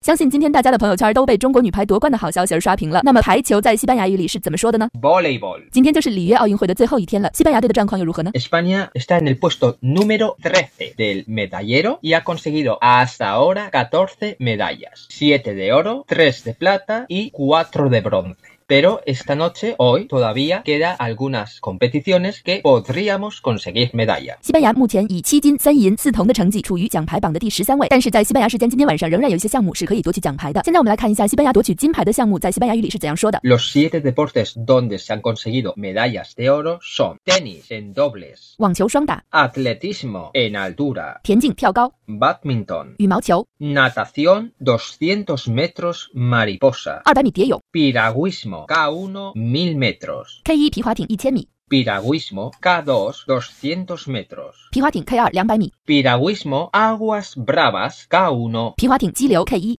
相信今天大家的朋友圈都被中国女排夺冠的好消息而刷屏了。那么排球在西班牙语里是怎么说的呢？ Voleibol. 今天就是里约奥运会的最后一天了，西班牙队的战况又如何呢？ España está en el puesto número 13 del medallero y ha conseguido hasta ahora 14 medallas, 7 de oro, 3 de plata y 4 de bronce. Pero esta noche, hoy, todavía queda algunas competiciones que podríamos conseguir medalla. 西班牙目前以七金三银四铜的成绩处于奖牌榜的第十三位，但是在西班牙时间今天晚上仍然有一些项目是可以夺取奖牌的。现在我们来看一下西班牙夺取金牌的项目在西班牙语里是怎样说的。 Los siete deportes donde se han conseguido medallas de oro son tenis en dobles, 网球双打、 atletismo en altura, 田径、跳高、 badminton, 羽毛球、 natación 200 metros mariposa, 二百米蝶泳、 piragüismo K1 1000 metros, K 一皮划艇一千米、 piragüismo K2 200 metros, 皮划艇 K 二两百米、 piragüismo aguas bravas K1 皮划艇激流 K 一、